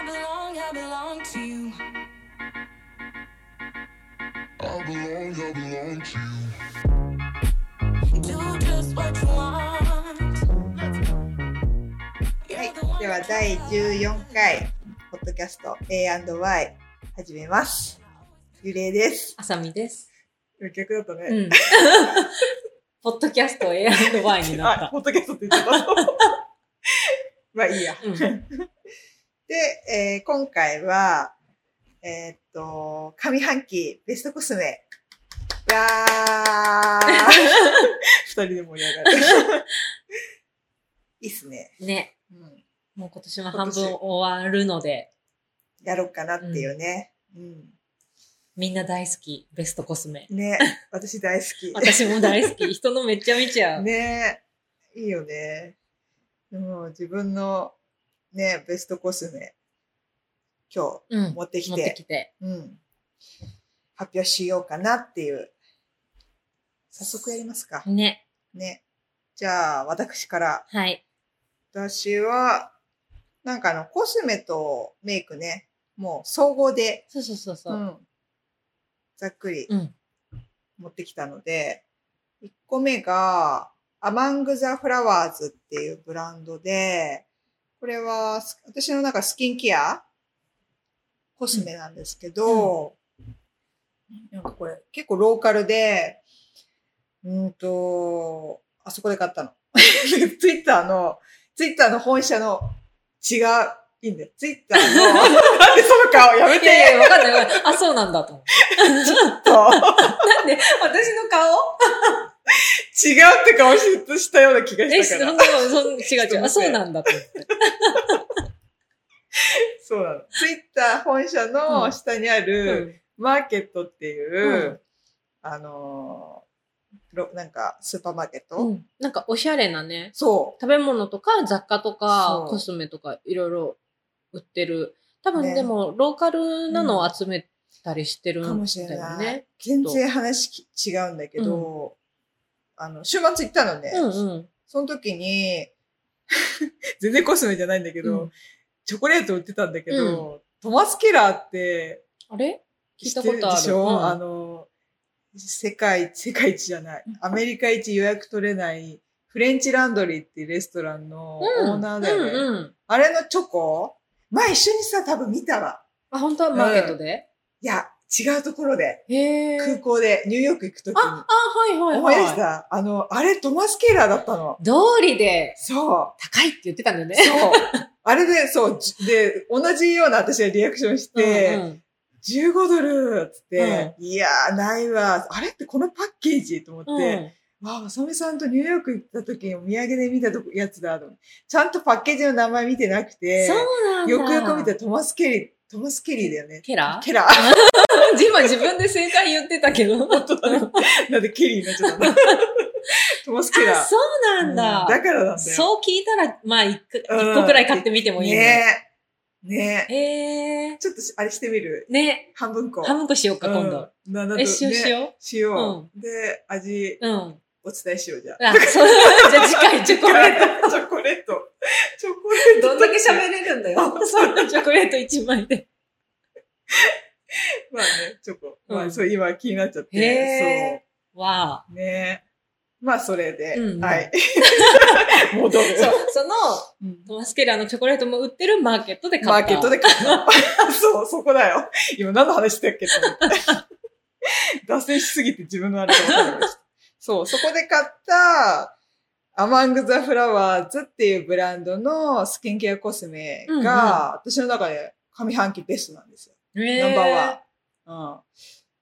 I belong to. I belong, I belong to you. Do just what you want. は You're い the one。では、第14回、ポッドキャスト A&Y、始めます。ゆれいです。あさみです。逆だったね。うん。 ポッドキャスト A&Y になっあ、た。ポッドキャストって言ってた。 まあいいや。うんで、えー今回は、えーっと、上半期ベストコスメ。わ ー二人で盛り上がる。いいっすね。ね。うんもう今年も半分終わるので、やろうかなっていうね。うん。みんな大好き、ベストコスメ。ね。私大好 き。私も大好き。人のめっちゃ見ちゃう。ねえ、いいよね。でも自分のね、ベストコスメ、今うん日。持ってき持ってて、きて。うん、発表しようかなっていう。早速やりますか。ね。ね。じゃあ、私から。はい。私は、なんかあの、コスメとメイクね、もう総合で、そうそうそうそうう。ん、ざっくりうん。持ってきたので、1個目が、アマング・ザ・フラワーズっていうブランドで、これはす私の中スキンケアコスメなんですけど、なんかこれ結構ローカルで、うんと、あそこで買ったの。 ツイッターの、ツイッターの本社の違う、いいんだよ。ツイッターの、 なんでその顔やめいてやいや、わかんないわかんない。あ、そうなんだと思う。と。なんで、私の顔違うって顔ししたような気がえ、しそたんかならこ。と、そん違う違う。あ、人のそせいうなんだと思って。そうなの。ツイッター本社の下にある、マーケットっていう、うんあのーろなんかスーパーマーケット、うん。うんなんかおしゃれなね。そ食べ物とか雑貨とそかうコスメとかいろいろ売ってる。多分ねでも、ローカルなのを集めたりしてるう。んだかよもね。しれない。全然話き違うんだけど、あの、週末行ったのね。うんうん。その時に、 全然コスメじゃないんだけど、うんチョコレート売ってたんだけど、トマスケラーって、あれ聞いた知こってとるあでる。しょ、うんあの、世界、世界一じゃない。アメリカ一予約取れない、フレンチランドリーっていうレストランのオうんーナーだよね。うんうん。あれのチョコ前一緒にさ、多分見たわ。あ、本当はマーケットで、いや、違うところで、へえ。空港で、ニューヨーク行くときに。あ、あ、はいはい思はいい。出した。あの、あれトマスケラーだったの。通りでそう。高いって言ってたんだよね。 そう。あれで、そう。じで、同じような私がリアクションして、うんうん15ドルっつって、いやー、ないわ。あれってこのパッケージと思って、うんわあ、まさみさんとニューヨーク行った時にお土産で見たとこやつだと思って。ちゃんとパッケージの名前見てなくてそ、うなんだ。よくよく見たらトマス・ケリー、トマス・ケリーだよね。ケラ ケラーー今自分で正解言ってたけど。本当だ、 ね、なんでケリーになっちゃった のトマス・ケラー。そうなんだ。うんだからなんだよ。そう聞いたら、まあ、一個うん一個くらい買ってみてもいいね。ねえ。ねえ。ええちょっとしあれしてみる。ー。ね。半分こ。ハムコしようか、今度。うん。ななんえ、としようねしよしよう。で、味う。うん。お伝えしようじゃあ。あ、そう。 じゃあ次回チョコレート。 チョコレート。チョコレート。どんだけ喋れるんだよ。そんなチョコレート1枚で。 まあね、チョコ。まうあ、んそう、今気になっちゃって。へわあ。そう。ねまあ、それで。うん はい。戻る。 そう、その、うんトマスケラーのチョコレートも売ってるマーケットでマ買ーった。ケットで買った。 そう、そこだよ。今何の話してたっけと思って。 脱線しすぎて自分のあれが分かんなくなっちゃったそう、そこで買った、アマング・ザ・フラワーズっていうブランドのスキンケアコスメうんうんが、私の中で上半期ベストなんですよ。へナンバーワン。うん。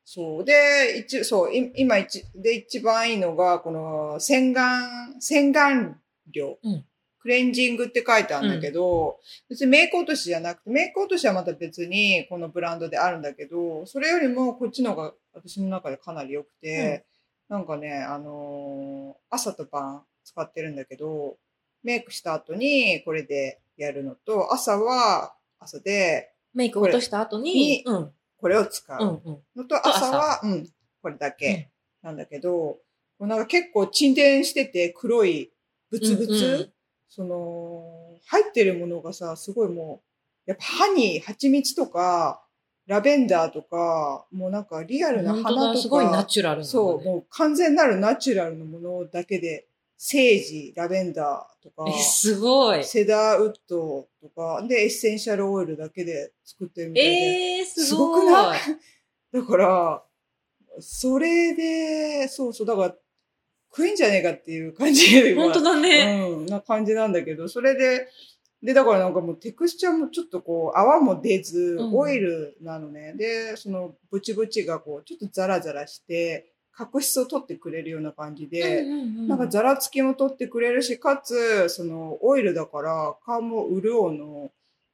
そう。で、一、そう、い今一、で、一番いいのが、この、洗顔、洗顔料。うんクレンジングって書いてあるんだけど、別にメイク落としじゃなくて、メイク落としはまた別に、このブランドであるんだけど、それよりも、こっちの方が私の中でかなり良くて、なんかね、あのー朝と晩使ってるんだけど、メイクした後にこれでやるのと、朝は朝でメイク落とした後に、うん。うんこれを使う。うん。のと、朝は、うん、これだけなんだけど、こうなんか結構沈殿してて黒いブツブツ、うんうんその、入ってるものがさ、すごいもやっぱハニー、蜂蜜とか、ラベンダーとか、もうなんかリアルな本当花だ、とか。すごいナチュラルなそのう、ね。もう完全なるナチュラルのものだけで、セージ、ラベンダーとかえ、、すごい。セダーウッドとか、で、エッセンシャルオイルだけで作ってるみたいで。えー、すすごごい。くないだから、それで、そうそう、だから、食えんじゃねえかっていう感じ。本当だね。うん、な感じなんだけど、それで、で、だからなんかもうテクスチャーもちょっとこう、泡も出ずう、んオイルなのね。で、その、ブチブチがこう、ちょっとザラザラして、角質を取ってくれるような感じで、うんうんうんなんかザラつきも取ってくれるし、かつ、その、オイルだから、顔も潤うの、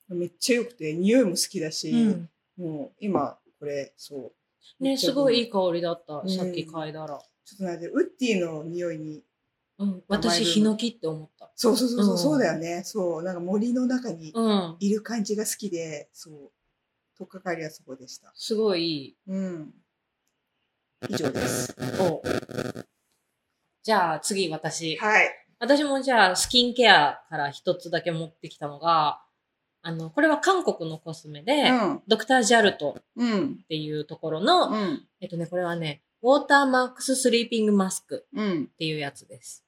めっちゃ良くて、匂いも好きだし、うんもう、今、これ、そう。めね、っちゃすごいいい香りだったう。んさっき嗅いだら。ちょっとなんで、ウッディの匂いに、うん。名前私、がヒノキって思った。そうそうそうそう、うんそうだよね。そう、なんか森の中にうん。いる感じが好きで、そう、とっかかりはそこでした。すごいいい。うん。以上です。おじゃあ、次、私。はい。私もじゃあ、スキンケアから一つだけ持ってきたのが、あの、これは韓国のコスメで、うん。ドクタージャルトっうん。ていうところの、うん。えっとね、これはね、ウォーターマックススリーピングマスクうんっ。ていうやつです。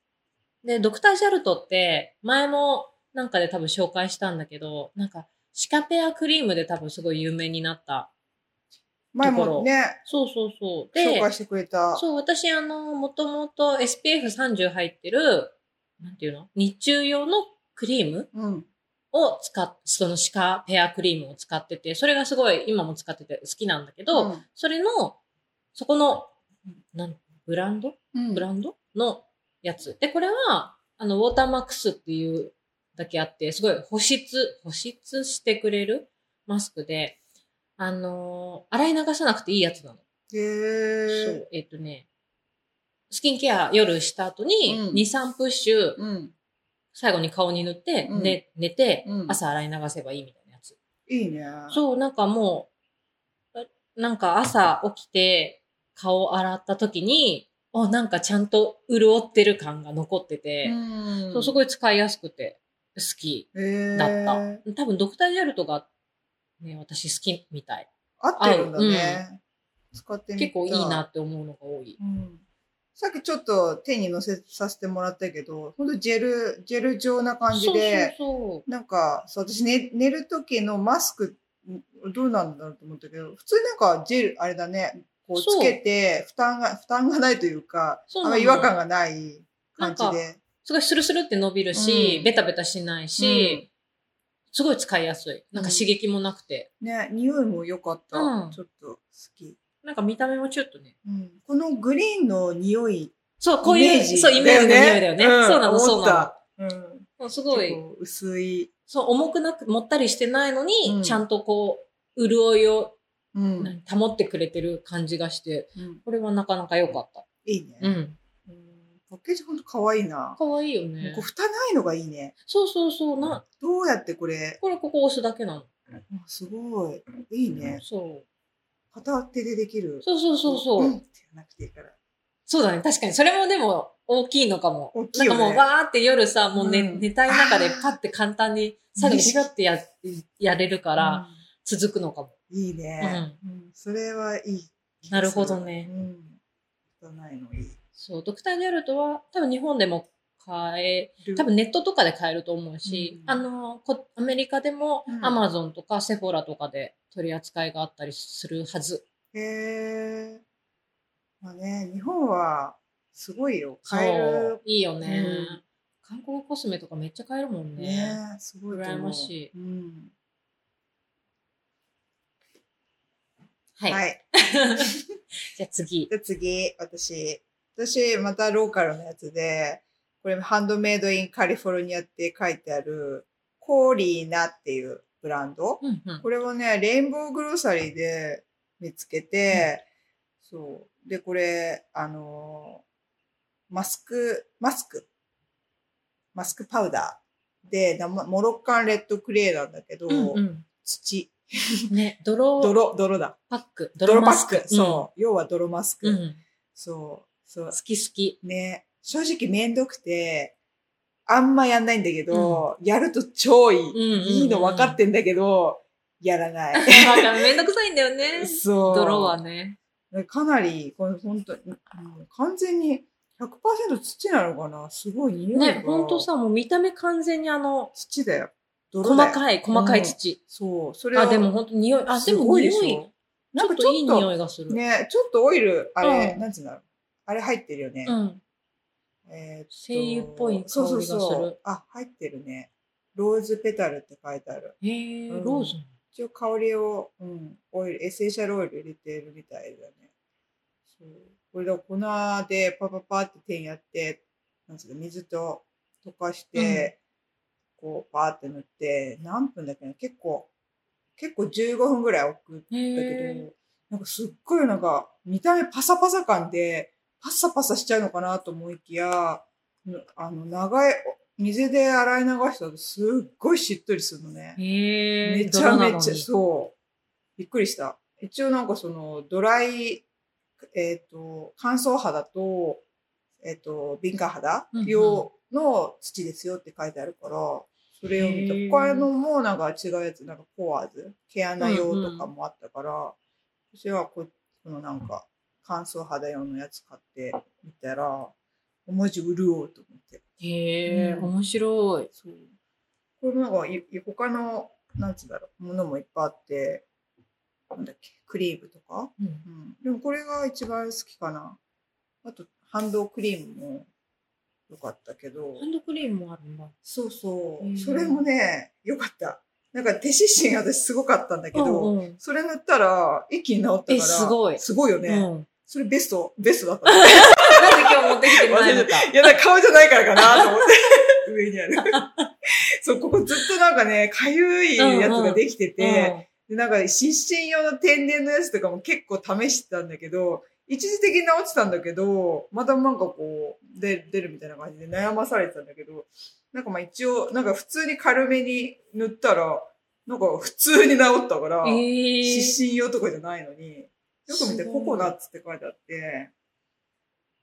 で、ドクタージャルトって、前もなんかで多分紹介したんだけど、なんか、シカペアクリームで多分すごい有名になった。前もね、そうそうそう。で紹、介してくれた。そう、私、あの、もともと SPF30 入ってる、なんていうの日中用のクリームうん。を使っ、そのシカペアクリームを使ってて、それがすごい今も使ってて好きなんだけど、うんそれの、そこの、なんブランドうんブランドのやつ。で、これは、あの、ウォーターマックスっていうだけあって、すごい保湿、保湿してくれるマスクで、あのー洗い流さなくていいやつなへの。そーう、えっ、とね、スキンケア夜した後に、うん2、3プッシュ、うん。最後に顔に塗って、うん寝寝て、うん朝洗い流せばいいみたいなやつ。いいね。そう、なんかもう、あなんか朝起きて顔洗った時に、あ、なんかちゃんと潤ってる感が残ってて、んそうすごい使いやすくて好きへーだった。多分ドクタージャルトが、ね、私好きみたい。合ってるんだね。使ってみた結構いいな。って思うのが多い。うんさっきちょっと手に乗せさせてもらったけど、ほんとジェル、ジェル状な感じで、そうそうなんか、そう、私、ね、寝る時のマスク、どうなんだろうと思ったけど、普通なんかジェル、あれだね、こうそつうけて、負担が、負担がないというか、そうあなんのま違和感がない感じで。すごいスルスルって伸びるし、うんベタベタしないし、すごい使いやすい。なんか刺激もなくて。ね、匂いも良かった、うんちょっと好き。なんか見た目もちょっとね。うん、このグリーンの匂い、そう、こういう、そう、イメージの匂いだよね。そうなの、そうなの。うん、の。すご結い、構薄い。そう、重くなく、もったりしてないのに、うんちゃんとこう、潤いをうん。何保ってくれてる感じがして、うんこれはなかなか良かった。いいね。うん。うんパッケージほんと可愛いな。かわいいよねこう、。蓋ないのがいいね。そうそうそう。な、どうやってこれ、これここ押すだけなの。あすごい。いいね。そう。片手でできる。そうそうそうそう。んって言わなくていいから。そうだね。確かに。それもでも大きいのかも。大きないんよかねもうわーって夜さ、もう寝,、うん寝たい中でパッて簡単に、最後にピュってや、やれるから、続くのかも。うん、いいね、うんそれはいい。なるほどね。うん。蓋ないのいい。そう。ドクターにャルトは、多分日本でも買え多分ね。ネットとかで買えると思うし、うんあのこアメリカでもうんアマゾンとかセフォラとかで取り扱いがあったりするはず。へえ。まあね、日本はすごいよ。そう買える。いいよね、うん韓国コスメとかめっちゃ買えるもんね。ねすごいと思う。羨ましいうん。はい。はい。じゃあ次。じゃあ次、私。私、またローカルのやつで、これ、ハンドメイドインカリフォルニアって書いてある、コーリーナっていうブランド。うんうんこれはね、レインボーグロサリーで見つけて、そう。で、これ、あのーマスク、マスク。マスクパウダー。で、なまモロッカンレッドクレーなんだけど、うん土、うん、ね、泥泥、泥だ。パック、泥ママススク。ク。そう。要は泥マスク。うん。うん。そう。そう好。き好き。ね。正直めんどくて、あんまやんないんだけど、やると超いい。うんうんうんいいの分かってんだけど、やらな い。わかるめんどくさいんだよね。そう。泥はね。かなり、これ本当に、うん完全に100%土なのかなすごい匂いが。ね、ほんと。さ、もう見た目完全にあの、土だよ。泥細だよかい、細かい土。そう。それをあ、でもほんと匂い。あ、ですもごい匂でい、しょちょなんかっちょとっといい匂いがする。ね、ちょっとオイル、あれ、うんなんつうんだろう。あれ入ってるよね。うん。えーっと精油っぽい香りがするそうそうそうあ、入ってるね。ローズペタルって書いてある。へえ、うんローズ。一応香りを、うん、オイル、エッセンシャルオイル入れてるみたいだね。そう。これだ、粉でパパパって点やって、なんつうか、水と溶かして、こう、パーって塗って、何分だっけな、結構、結構15分ぐらい置くんだけへえ。ど、なんかすっごいなんか、見た目パサパサ感で、パサパサしちゃうのかなと思いきや、ぬあの、長い、水で洗い流したとすっごいしっとりするのね。へえ。めちゃめ泥なちのゃ、にそう。びっくりした。一応なんかその、ドライ、えっ、と、乾燥肌と、えっ、と、敏感肌うんうん用の土ですよって書いてあるから、それを見へーた。他のもなんか違うやつ、なんかコアーズ、毛穴用とかもあったから、私はここのなんか乾燥肌用のやつ買ってみたら、マジ潤おうと思って。へえ、うん面白い。そう。これもなんかい、い他の、なんつうんだろう、ものもいっぱいあって、なんだっけ、クリームとか。うんうん。でもこれが一番好きかな。あと、ハンドクリームも良かったけどハ、ンドクリームもあるんだ。そうそうんう。それもね、良かった。なんか手指針私すごかったんだけど、うんうんそれ塗ったら、一気に治ったから。えすごいすごいよね。うん。それベスト、ベストだったの。なんで今日持ってきてないのか。いや、なんか顔じゃないからかなと思っ て、上にある。そう、ここずっとなんかね、かゆいやつができてて、で、なんか、失神用の天然のやつとかも結構試してたんだけど、一時的に治ってたんだけど、またなんかこう、で出るみたいな感じで悩まされてたんだけど、なんかまあ一応、なんか普通に軽めに塗ったら、なんか普通に治ったから、うんええ失神用とかじゃないのに、よく見てすコごいコナッツって書いてあって、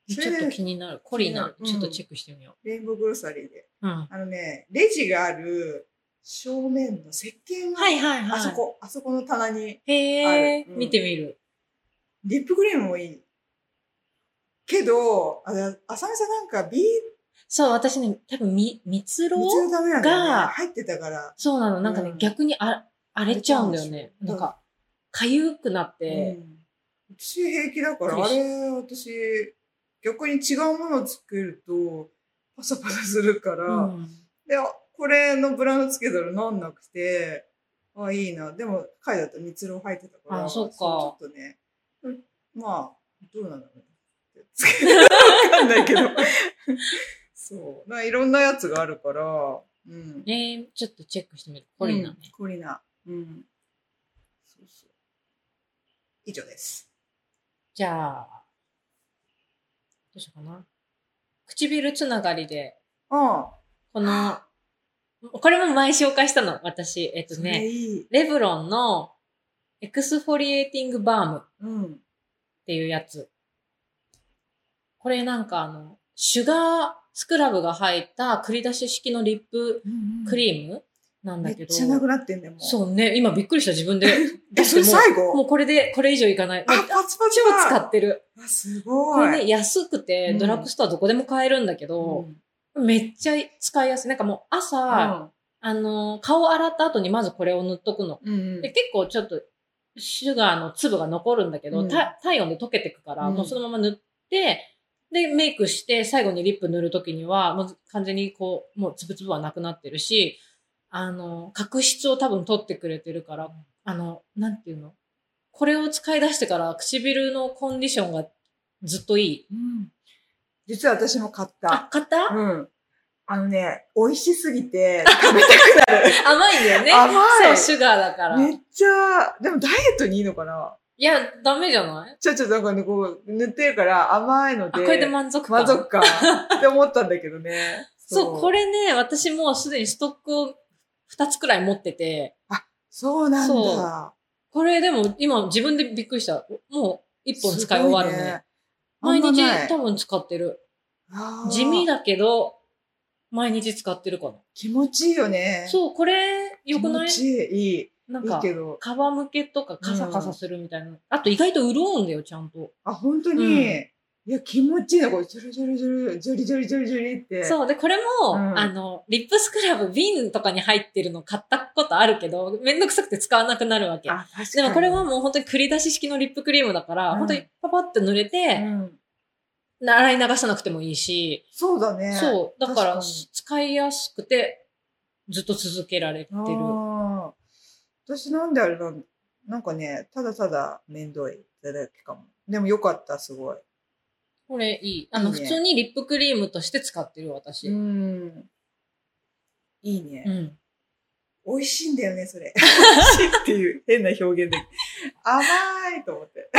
そちれょっでと気になる。コリナ、うんちょっとチェックしてみよレインボーグロサリーでう。うん。はあのね、レジがある正面の石鹸が、いはいはい。あそこ、あそこの棚に、へえ、あるうん見てみる。リップクリームもいい。けど、あれ、浅見さんなんかビーそう、私ね、多分み、蜜ろ蜜のためなんだよねが入ってたから。そうなの。なんかね、うん逆にあ荒れちゃうんだよね。荒れちゃうんんでなすよか、かゆくなっうて。ん、私平気だから、びっあくりしれ、私、逆に違うものを作ると、パサパサするから、うんで、あこれのブランドつけたらなんなくて、あ、いいな。でも、書いてあった蜜蝋入ってたから。あそっかうちょっとね。うんまあ、どうなんだろうね。つけわかんない けど。そう。なんかいろんなやつがあるから、うん。えー、ちょっとチェックしてみる。コリナね。うんコリナ。うん。そうそう。以上です。じゃあ、どうしようかな。唇つながりで、あこの、 これも前紹介したの、私。えっあ。とそれね、いい。レブロンのエクスフォリエイティングバーうム。ん。っていうやつ。これなんかあの、シュガースクラブが入った繰り出し式のリップクーリームなんだめけっど。ちゃなくなってんね、もう。う。そうね、今びっくりした自分で。 え、それもう最も後うこれで、これ以上いかない。あ、パもうチパチ超使だってる。あ、すごこい。れね、安くてうんドラッグストアどこでも買えるんだけうど、んめっちゃ使いやすい。なんかもう朝、あの、顔洗った後にまずこれを塗っとくの。うんうんで、結構ちょっと、シュガーの粒が残るんだけど、うんた体温で溶けてくから、うんもうそのまま塗って、で、メイクして、最後にリップ塗るときには、もう完全にこう、もう粒々はなくなってるし、あの、角質を多分取ってくれてるから、あの、なんていうのこれを使い出してから唇のコンディションがずっといい。うん実は私も買った。、あ買ったうん。あのね、美味しすぎて、甘いんだよね。甘いそう、シュガーだから。めっちゃ、でもダイエットにいいのかないや、ダメじゃないちょちょ、なんかね、こう、塗ってるから甘いのあ、で、これで満足感。満足感って思ったんだけどね。そう、こ。れね、私もうすでにストックを2つくらい持ってて、そうなんだそ。これでも今自分でびっくりした。もう1本使い終わるね。すごいね。毎日あんまない多分使ってる。あー地味だけど、毎日使ってるかな。気持ちいいよね。う。そう、これ、気良く持ないちいい。いい。いなんいか、けど。皮むけとかカサカサするみたいな。あと意外と潤うんだよ、ちゃんと。あ、本当に。うんいや、気持ちいいな、これ。ジョリジョリジョリ、ジョリジョリジョリジョリって。う。そう。で、これも、うんあの、リップスクラブ瓶とかに入ってるの買ったことあるけど、めんどくさくて使わなくなるわけ。あ、確かに。でもこれはもう本当に繰り出し式のリップクリームだから、うん本当にパパって塗れうて、ん。洗い流さなくてもいいし、そうだね。そう。だから、確に使いやすくて、ずっと続けられてる。あー私なんであれなんなんかね、ただただ面倒いだけかも。でもよかった、すごい。これいい。あの、いいね普通にリップクリームとして使ってる、私。うん。ん。いいね。美味しいんだよね、そ れ。美味しいっていう変な表現で。甘いと思って。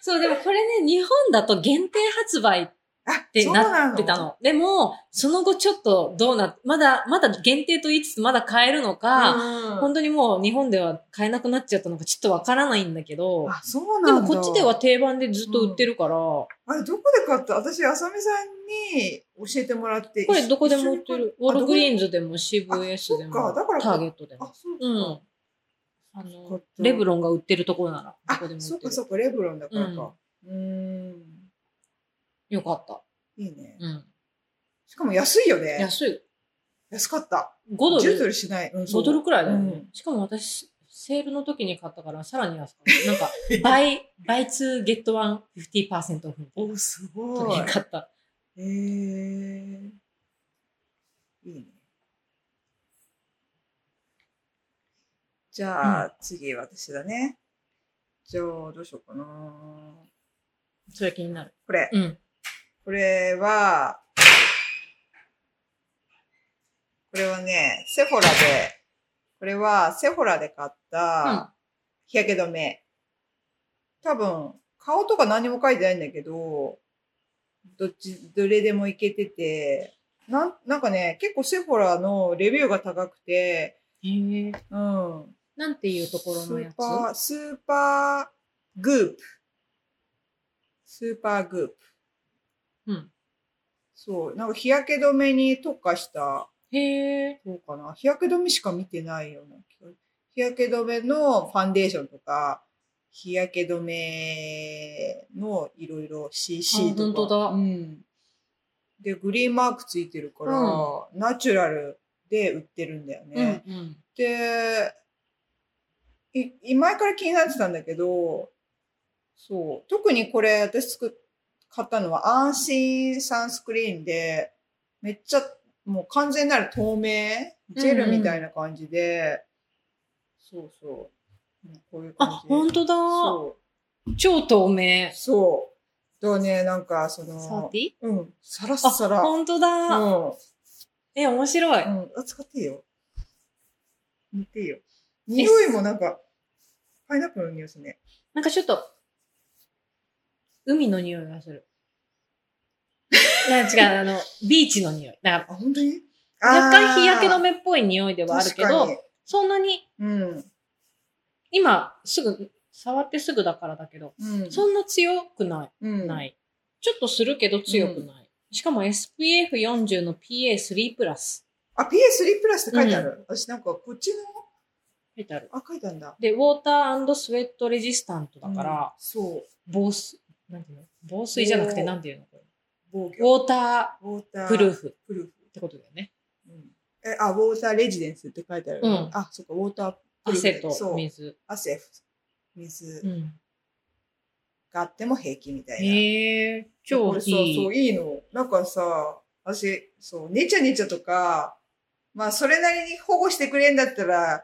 そう、でもこれね、日本だと限定発売っあ、てそうなってたの。でも、その後ちょっとどうな、まだ、まだ限定と言いつつまだ買えるのなか、の。本当にもう日本では買えなくなっちゃったのかちょっとわからないんだけど。あ、そうでなんもだ。こっちでは。定番でずっと売ってるから、あれ、どこで買った私、あさみさんに教えてもらって。これどこでも売ってる。ウォルグリーン。ンズでも CVS であそっも、かだからターゲットでも。あ、そうか。うん。あそっのか、レブロンが売ってるところなら、どこであ、も売そっってかる。そっか、レブロンだからか。うーん。よかった。いいね。うん。しかも安いよね。安い。安かった。 5 10ドル。ドルしない。うん、 5ドルくらいだよね。うんしかも私、セールの時に買ったから、さらに安か った。なんか、倍、倍2ゲット1 50%オフみたいなお、す時ごいに。買った。へえ。いいね。じゃあ、次私だね。じゃあ、どうしようかな。それ気になる。これ。うん。これは、これはね、セフォラで、これはセフォラで買った日焼け止め。多分、顔とか何も書いてないんだけど、どっち、どれでもいけてて、なん、なんかね、結構セフォラのレビューが高くて、へえ。うん。なんていうところのやつスーパー、スーパーグープ。スーパーグープ。うん。そう。なんか日焼け止めに特化した、へえ。そうかな。日焼け止めしか見てないような気が。日焼け止めのファンデーションとか、日焼け止めのいろいろ CC とか。あ本当だうん。で、グリーンマークついてるから、うナチュラルで売ってるんだよね。うんうん。で、い、い前から気になってたんだけど、そう。特にこれ、私作っ、買ったのは安心サンスクリーンで、めっちゃ、もう完全なる透明、ジェルみたいな感じで、そうそう。うんこういうあ、感じ。本当だ。そ超透明う。。そう。だからね、なんか、その、ィうん、サラッあ、サラ。うん。本当だ。え、面白い。うん、あ、使っていいよ。塗っていいよ。匂いもなんか、パイナップルの匂いですね。なんかちょっと、海の匂いがする。 なんか違う、あの、ビーチの匂い。だかあ、本当にら若干日焼け止めめっぽい匂いではあるけど、。そんなに、うん。今、すぐ、触ってすぐだからだけど、うん。そんな強くなうんい。ない。ちょっとするけど強くない。しかも SPF40 の PA3+。プラスあ、PS3 プラスって書いてある。私なんか、こっちの、書いてある。あ、書いてあるんだ。で、ウォータースウェットレジスタントだかうんら、そう。防水、なんていうの防水じゃなくておーなんていうのこれ防ウ御。ォータウォーターープルーフっプルーフ。てことだよね。うんえ、あ、ウォーターレジデンスって書いてある。うんあ、そっか、ウォータープルーフ汗で。とそう。水。汗、水うん。があっても平気みたいな。へえー、超いこれさ、そ、。いういいの。なんかさ、私、そう、ねちゃねちゃとか、まあ、それなりに保護してくれんだったら、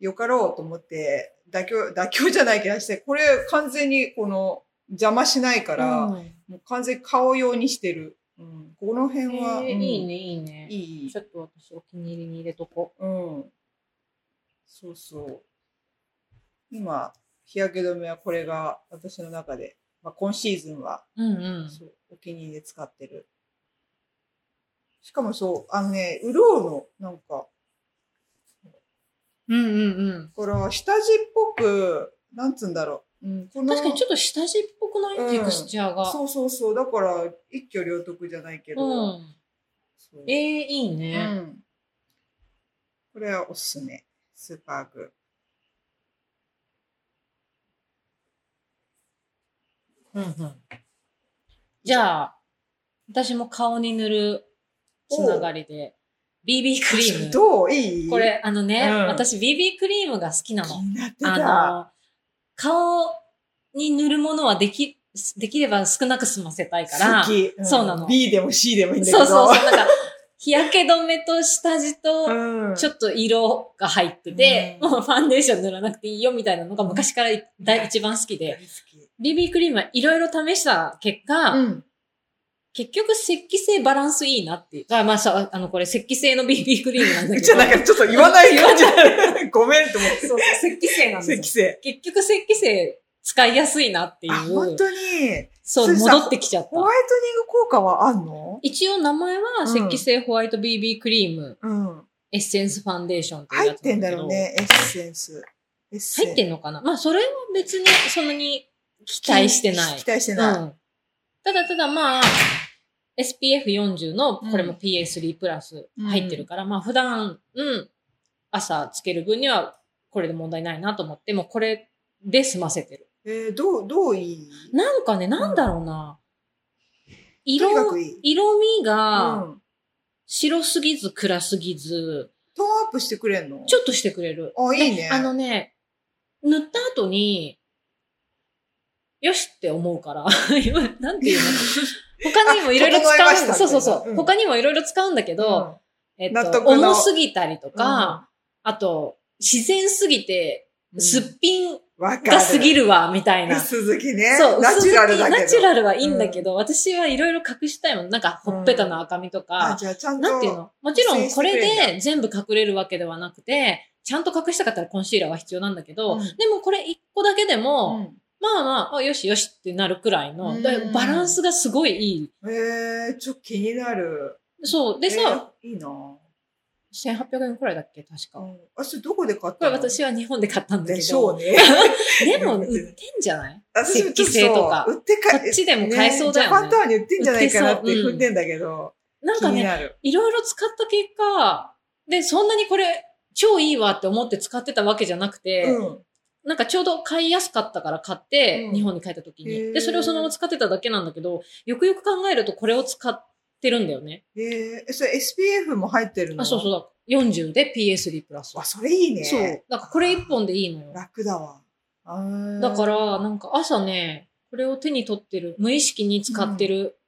よかろうと思って、妥協、妥協じゃないけどして、これ完全にこの、邪魔しないから、うんもう完全に顔用にしてる。うん。この辺は、へうーんいいね、いいね。いい。いいちょっと私お気に入りに入れとこうん。そうそう。今、日焼け止めはこれが私の中で、まあ、今シーズンはう。うんうん。そう、お気に入りで使ってる。しかもそう、あのね、潤うの、なんか。うんうんうん。これは下地っぽく、なんつうんだろう。うん、この確かにちょっと下地っぽくない、うんテクスチャーが。そうそうそう。だから、一挙両得じゃないけど、うん。そそうえー、いいね。うん。これはおすすめ。スーパーグー。うんうん。じゃあ、私も顔に塗るつながりで、BB クリーム。どういいこ。れ、あのね、うん私 BB クリームが好きな気の。になってた。あの、顔に塗るものはでき、できれば少なく済ませたいから好、き。んそうなの B でも C でもいいんだけそうど。そうそう、なんか、 日焼け止めと下地と、うん。ちょっと色が入ってて、うんもうファンデーション塗らなくていいよみたいなのが昔から大一番好き大で、好き。 BB クリームはいろいろ試した結果、うん。結局、石器性バランスいいなっていう。あまあ、そうあの、これ、石器性の BB クリームなんだけど。じゃあなんかちょっと言わない感じだ ごめんと思って。そうそう、石器性なんですよ適。正。結局、石器性使いやすいなっていあ、本う。当に。そ、そうれさ戻ってきちゃっホワた。イトニング効果はあんの一応、名前は、うん石器性ホワイト BB クリーム、うん。エッセンスファンデーションっていう入やっつなてんんだだけろど。うね、エッセンス。エッセン入ってんのかなまあ、それは別に、そんなに期待してない。期待してない。うん。ただただまあ、SPF40 の、これも PA3 プラスうん入ってるから、まあ普段、うん、朝つける分にはこれで問題ないなと思って、もうこれで済ませてる。えー、どう、どういいなんかね、なんだろうな。とにか色く、いい。色味うん。がト白すぎず暗すぎず、ーンアップしてくれんのちょっとしてくれる。あいいねであのね、塗った後に、よしって思うから、 なんていうの 他にもいろいろあ整えま使しう。たそうそうそう。うん他にもいろいろ使うんだけど、えっ納と、得の重すぎたりとか、あと、自然すぎて、すっぴんわかがすぎる。るわ、みたいな。薄付きね。そう、ナチュラル薄だ付けど。きナチュラルはいいんだけど、私はいろいろ隠したいもん。なんか、ほっぺたの赤みとあ、か、じゃあちゃんと。なんていうのもちろんこれ補正してくれで全部隠れるわけではなくて、ちゃんと隠したかったらコンシーラーは必要なんだけど、うんでもこれ一個だけでも、うんまあまああ、よしよしってなるくらいの、うんだからバランスがすごいいい。えー、ちょっと気になる。そう。でさ、えーいいなぁ1800円くらいだっけ確か。うこんあ、それどこで買ったれの私は日本で買ったんだけど。でしょうね。 でも売ってんじゃない私もちょっ石器製とかそう売ってかこっちでも買えそうだよジねャパンタワーに売ってんじゃないかなって踏んでんだけど、なん気かにね、なる。いろいろ使った結果、で、そんなにこれ超いいわって思って使ってたわけじゃなくて、うん。なんかちょうど買いやすかったから買って、うん日本に帰った時へに。ーで、それをそのまま使ってただけなんだけど、よくよく考えるとこれを使ってるんだよね。えー、それ SPF も入ってるのあ、そうそうう。だ。40で PS3 プラス。あ、それいいね。そう。だからこれ一本でいいのよ。楽だわ。あーだか、ら、なんか朝ね、これを手に取ってる、無意識に使ってる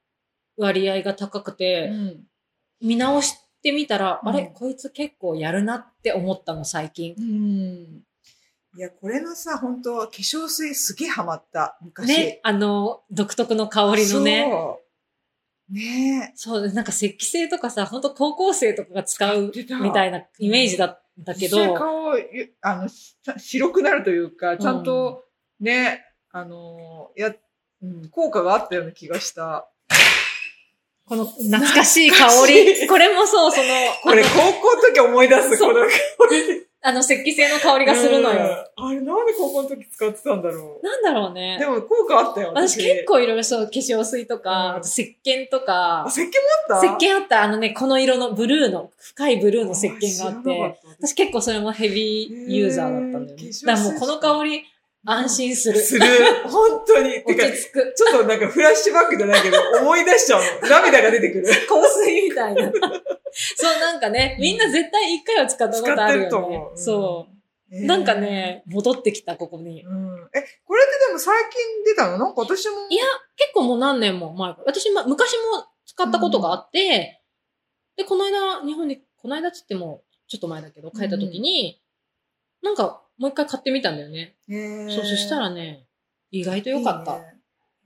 割合が高くうて、ん。見直してみたら、うんあれこいつ結構やるなって思ったの、最近。うん。いや、これのさ、本当は化粧水すげえハマった、昔。ね、あの、独特の香りのね。そう。ねそう、なんか石器製とかさ、本当高校生とかが使うえ。みたいいなイメージだったけど、顔、ゆあの、し白くなるというか、ちゃんと、ね、あの、や、うん、効果があったような気がした。この懐かしい香懐かしり、いこれもそう、その、これ、高校の時思い出す、そこうのあの石器製の香りがするのよ。うん。あれ、なんで高校の時使ってたんだろなんだろうう。でね。も、効果あったよ。私結構いろいろそう、化粧水とうんか、石鹸とあ、か、石鹸もあった石鹸あった、あのね、この色のブルーの、深いブルーの石鹸があっ知らなて、かた私結構それもヘビーユーザーだったんだよへね。ーだからもうこの香り、安心する。する。本当に。て落か、ち着く。ちょっとなんかフラッシュバックじゃないけど、思い出しちゃうの。涙が出てくる。香水みたいな。 そう、なんかね、みんな絶対一回は使ったことあるよ使ってね。ると思ううんそう。えーなんか。ね、戻ってきた、ここに。うん。え、これってでも最近出たのなんか私も。いや結構もう何年も前から。私、ま、昔も使ったことがあって、で、この間、日本に、この間っつっても、ちょっと前だけど、帰った時に、なんか、もう一回買ってみたんだよね。えーそう、そしたらね、意外と良かっいた。いね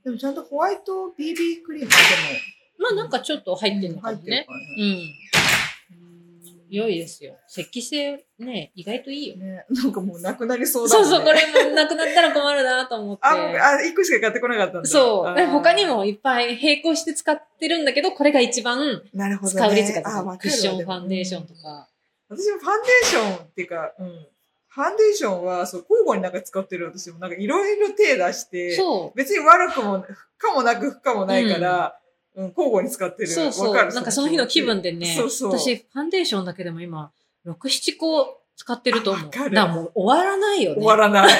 でもちゃんとホワイト BB クリームでまあ、なんかちょっと入ってるものか入もってるね。からうね。ん。うん良いですよ。石器製、ね、意外といいよ。ね、なんかもうなくなりそうだもそうんねそう、これもなくなったら困るなと思って。あ、僕あ、一個しか買ってこなかったんだ。そう。であー他に。もいっぱい並行して使ってるんだけど、これが一番なるほど、ね。使う率があ高わい。かクッるわション、ファンデーションと。か。でも私もファンデーションっていうか、うん。ファンデーションは、そう、交互になんか使ってる私も、なんかいろいろ手出して、そ別に悪くも、不可もなく不可もないから、うん、交互に使ってる。そうそう。わかるなんかその日の気分でね、そうそう。私、ファンデーションだけでも今、6、7個使ってると思う。わだかかるらもう終わらないよね。終わらない。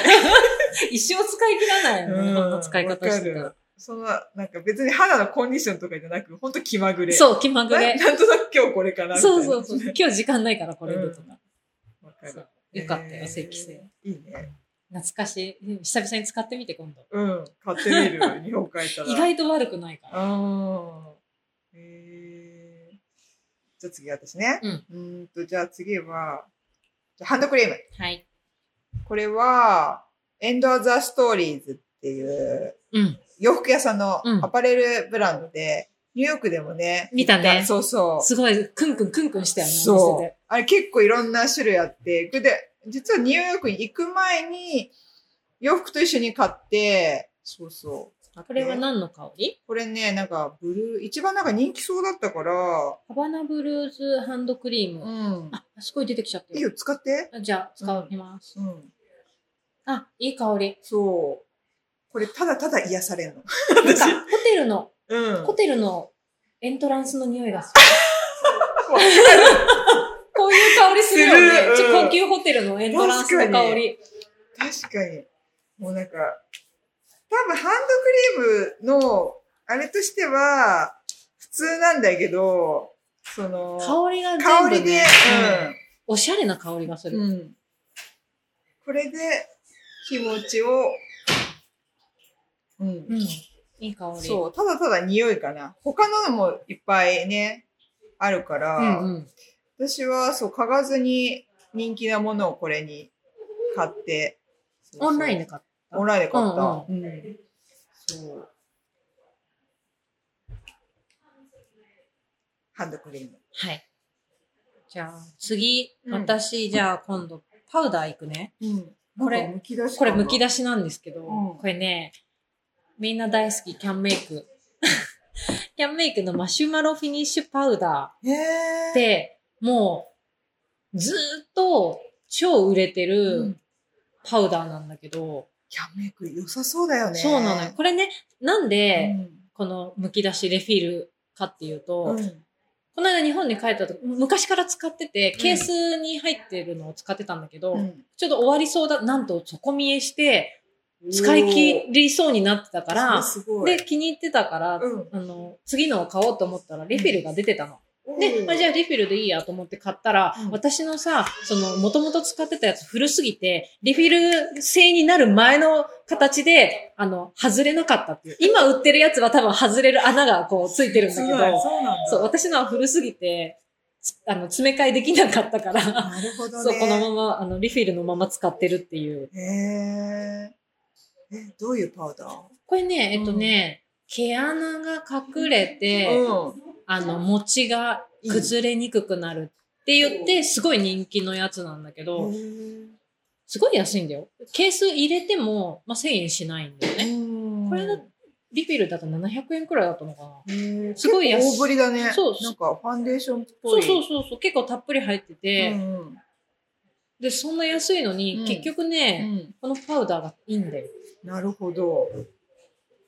一生使い切らないよね。うんこんな使い方してたわらか。その、なんか別に肌のコンディションとかじゃなく、ほんと気まぐれ。そう、気まぐれな。なんとなく今日これかなみたいな。そうそうそう。今日時間ないからこれでとか。わかるそうよかったよ、正規性。。えーいいね。懐かしい。うん久々に使ってみて、今度。うん。買ってみる。日本帰ったら。 意外と悪くないから。あーへーじゃあ次私ね。うん。んと、じゃあ次は、じゃあハンドクリーム。はい。これは、エンド・ア・ザ・ストーリーズっていう、うん。洋服屋さんのうんアパレルブランドで、ニューヨークでもね。見たねそうそう。すごい、クンクンクンクンしたよね、おそ店う。あれ結構いろんな種類あって、で、実はニューヨークに行く前に、洋服と一緒に買って、そうそう。で。これはな何の香りこれね、なんか、ブルー、一番なんか人気そうだったから、ハバナブルーズハンドクリーム。うん。あ、すごい出てきちゃっていいる。よ、使って。あじゃあ、使います。うん。あ、いい香り。そう。これ、ただただ癒されるの。なんか、ホテルの、うんホテルのエントランスの匂いがす る。わかるこういう香りするよすね。ちるょ高級ホテルのエントランスの確香かり。確かに。もうなんか、多分ハンドクリームの、あれとしては、普通なんだけど、その、香りが全香部ねりで、おしゃれな香りがすうん。る。うん。これで、気持ちを、うんう。ん。いい香り。そう、ただただ匂いかな。他のもいっぱいね、あるから、うんうん。私はそう、嗅がずに人気なものをこれに買って。そうそうオンラインで買っオンラインで買った。うんそう。ハンドクリーム。た。はい。じゃあ、次、うん私、じゃあ今度、パウダーいくね。うん。これむき出しこれ、むき出し。出しなんですけど、うんこれね、みんな大好き、キャンメイク。 キャンメイクのマシュマロフィニッシュパウダへえーっ。て、もう、ずーっと超売れてうるんパウダーなんだけど、キャンメイク良さそうだよね。そうなのよ。これね、なんれで、このむき出しレフィルかっていうと、うん。うんこの間日本に帰った時、昔から使ってて、んケースに入ってるのを使ってたんだけど、うんちょっと終わりそうだ、なんと底見えして、使い切りそうになってたかおーら、すごいで、気に入ってたから、うんあの、次のを買おうと思ったら、リフィルが出てたの。うで、んあじゃあリフィルでいいやと思って買ったら、うん私のさ、その、もともと使ってたやつ古すぎて、リフィル製になる前の形で、あの、外れなかったっていう。今売ってるやつは多分外れる穴がこうついてるんだそけうど、なんそうなんだ。そう、私のは古すぎて、つあの、詰め替えできなかったから、なるほどね。そう、このまま、あの、リフィルのまま使ってるっていう。へえ。え、どういうパウダーこれね、えっとね、毛穴が隠れて、うん。あの、餅が崩れにくくなるって言って、すごい人気のやつなんだけど、へすごい安いんだよ。ケース入れても、まあ、1000円しないんだよね。ーこれだリフィルだと700円くらいだったのかへな。ーすごい安い結構大ぶりだね。そうなんかファンデーションっぽそい。うそうそうそう、結構たっぷり入ってて、うんうんで、そんな安いのに、うん結局うね、ん。このパウダーがいいんだよ。なるほど。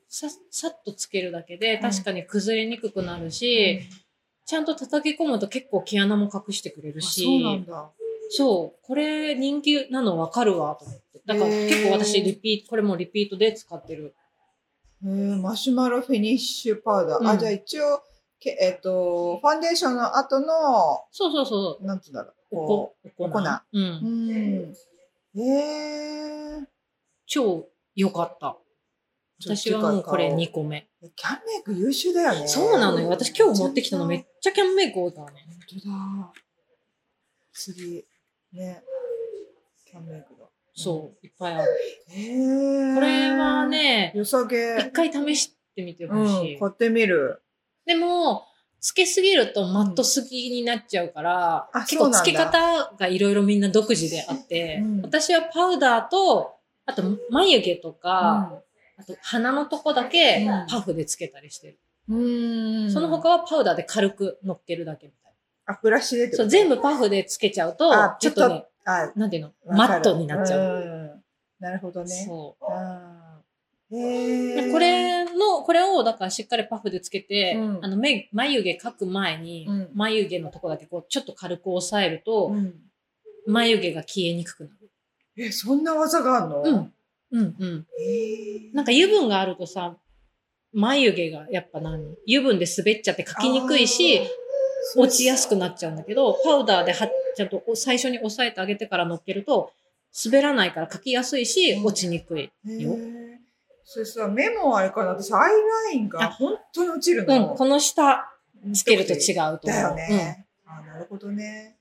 さ、さっとつけるだけでん確かに崩れにくくなるし、ちゃんと叩き込むと結構毛穴も隠してくれるあし、そうなんだ。そうこれ人気なのわかるわと思って。だからへー結構私リピート、これもリピートで使ってる。へーマシュマロフィニッシュパウダー。うあ、んじゃあ一応、けえっと、ファンデーションの後の、そうそうそなんつうんだろう。う。おここ、おお粉う。う。うんん。へえ。超良かった。私はもうこれ2個目。キャンメイク優秀だよね。そうなのよ。私今日持ってきたのめっちゃキャンメイク多いからね。本当だ。次、ね。キャンメイクだ。そう、いっぱいある。へーこれは、ね、良さげ。一回試してみてうほん、しい。買ってみる。でも、つけすぎるとマットすぎになっちゃうから、うんあ結そ構うなつんだけ方がいろいろみんな独自であって、うん私はパウダーと、あと眉毛とか、あと鼻のとこだけうんパフでつけたりしてる。うん。その他はパウダーで軽く乗っけるだけみたいあ、ブラシでってこな。そとう、全部パフでつけちゃうとあ、ちょっとね、あ、なんていうの、わマかるットになっちゃう。んなるほどね。そあへでえ。こ、れの、これを、だからしっかりパフでつけて、うんあの、目、眉毛描く前に、うん眉毛のとこだけこう、ちょっと軽く押さえるとう、ん、眉毛が消えにくくなる。え、そんな技があるのうん。うんうん。へーなんか油分があるとさ、眉毛がやっぱ何油分で滑っちゃって描きにくいしあー、落ちやすくなっちゃうんだけど、パウダーではちゃんと最初に押さえてあげてから乗っけると、滑らないから描きやすいし、落ちにくい。へよーそれさ、目もあれかな、私アイラインがあ本当に落ちるうの。ん、この下つけると違う。うと思う。だようん。ね。あ、なるほどね。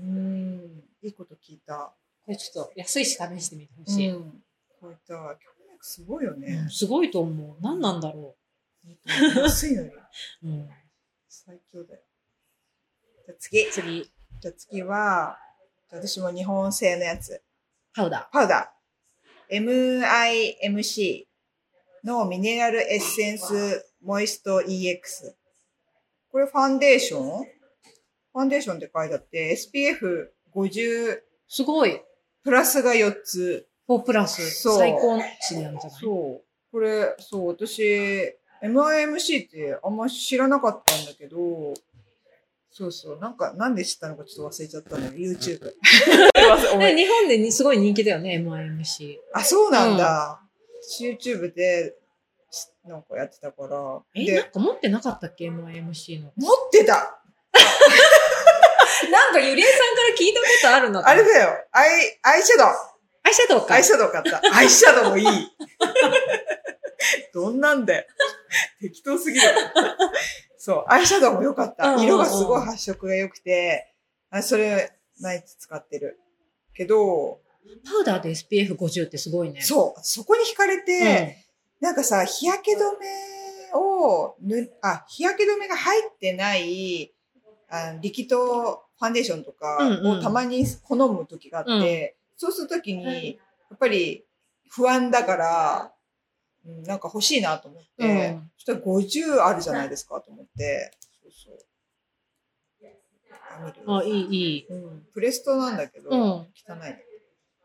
うん、いいこと聞いた。これちょっと安いし試してみてほしい。ん。こういった、曲脈すごいようねん。すごいと思う。何なんだろ安いのに。う。うん、最強だよ。じゃあ次。次、じゃあ次は、じゃあ私も日本製のやつ。パウダパウダー。MIMC のミネラルエッセンスモイスト EX。これファンデーションファンデーションって書いてあって、SPF50 ー。すごい。プラスが4つ。 4プラス。そう最高値なんじゃないそう。これ、そう、私、MIMC ってあんま知らなかったんだけど、そうそう、なんか、なんで知ったのかちょっと忘れちゃったのよ、YouTube。ね日本でにすごい人気だよね、MIMC。あ、そうなんだ。YouTube で、しなんかやってたから。え、でなんか持ってなかったっけ ?MIMC の。持ってたなんかゆりえさんから聞いたことあるのあれだよアイ、アイシャドウアイシャドウか。アイシャドウ買 った。アイシャドウもいいどんなんだよ。適当すぎる。そう、アイシャドウも良かっうんうんた。うん色がすごい発色が良くて、あそれ、毎日使ってる。けど、パウダーで SPF50 ってすごいね。そう、そこに惹かれうて、ん。なんかさ、日焼け止めを塗、あ、日焼け止めが入ってない、あ力道ファンデーションとかうんうんをたまに好む時があって、そうするときに、やっぱり不安だから、うんなんか欲しいなと思って、うんそしたら50あるじゃないですかと思って、そうそう。あ見るあ、いい、いい。うん、プレストなんだけど、うん汚い。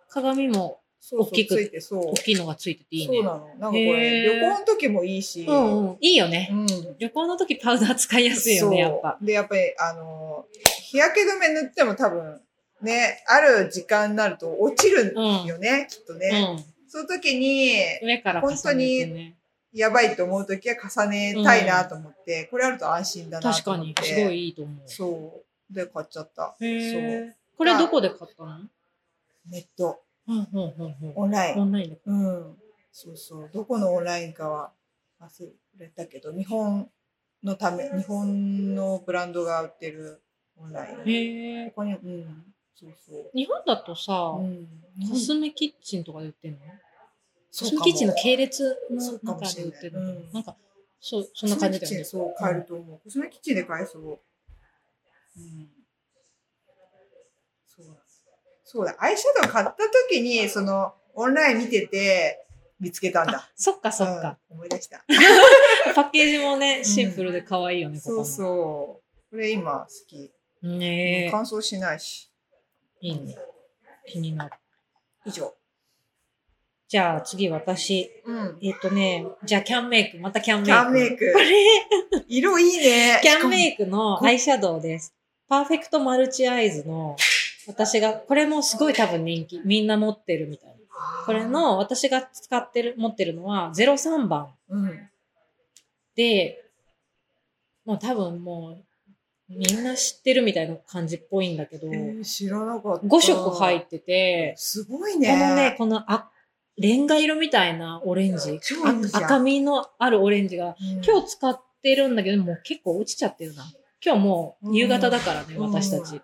鏡もそう大そう、きくついてそう大。きいのがついてていいそうね。なの。なんかこれ、へー旅行の時もいいし、うんうん。いいよね。うん旅行の時パウダー使いやすいよそうね、やっぱ。で、やっぱり、あの、日焼け止め塗っても多分、ね、ある時間になると落ちるよね、きっとうね。ん。その時に、上から重ねてね。やばいと思う時は重ねたいなと思って、これあると安心だな確とか思っにて。、すごいいいと思う。そう。で、買っちゃった。そう。へネーこれどこで買ったのット、うんうんうんオンライうん。オン。ンラインで。うん。そうそう。どこのオンラインかは忘れたけど、日本のため、日本のブランドが売ってるオンライン。へーここに、うん、そうそう。日本だとさ、うん、コスメキッチンとかで売ってんのコそうかスメもキッチンの系列のそうかも中しでれ売ないってるのかなうんなんか、そう、そんな感じだよコスメキッねチン。そう、買えると思う。コスメキッチンで買えそう。うん。そうだ。そうだ。アイシャドウ買った時に、その、オンライン見てて、見つけたんだ。そっかそっか。うん。思い出した。パッケージもね、シンプルで可愛いよね、ここそうも。そう。これ今、好き。ねえ。乾燥しないし。いいね。気になる。以上。じゃあ次私。うん。えっ、とね、じゃあキャンメイク、またキャンメイク。キャンメイク。色いいね。キャンメイイクのアイシャドウです。パーフェクトマルチアイズの、私が、これもすごい多分人気。みんな持ってるみたいな。クこれ、の、私が使ってる、持ってるのは03番うん。で、もう多分もう、みんな知ってるみたいな感じっぽいんだけど、えー知らなかった。 5色入ってて、すごいこね。のね、このあレンガ色みたいなオレンジ超いいじゃんあ赤みのあるオレンジが、うん今日使ってるんだけど、もう結構落ちちゃってるな。今日もう夕方だからね、うん私たち。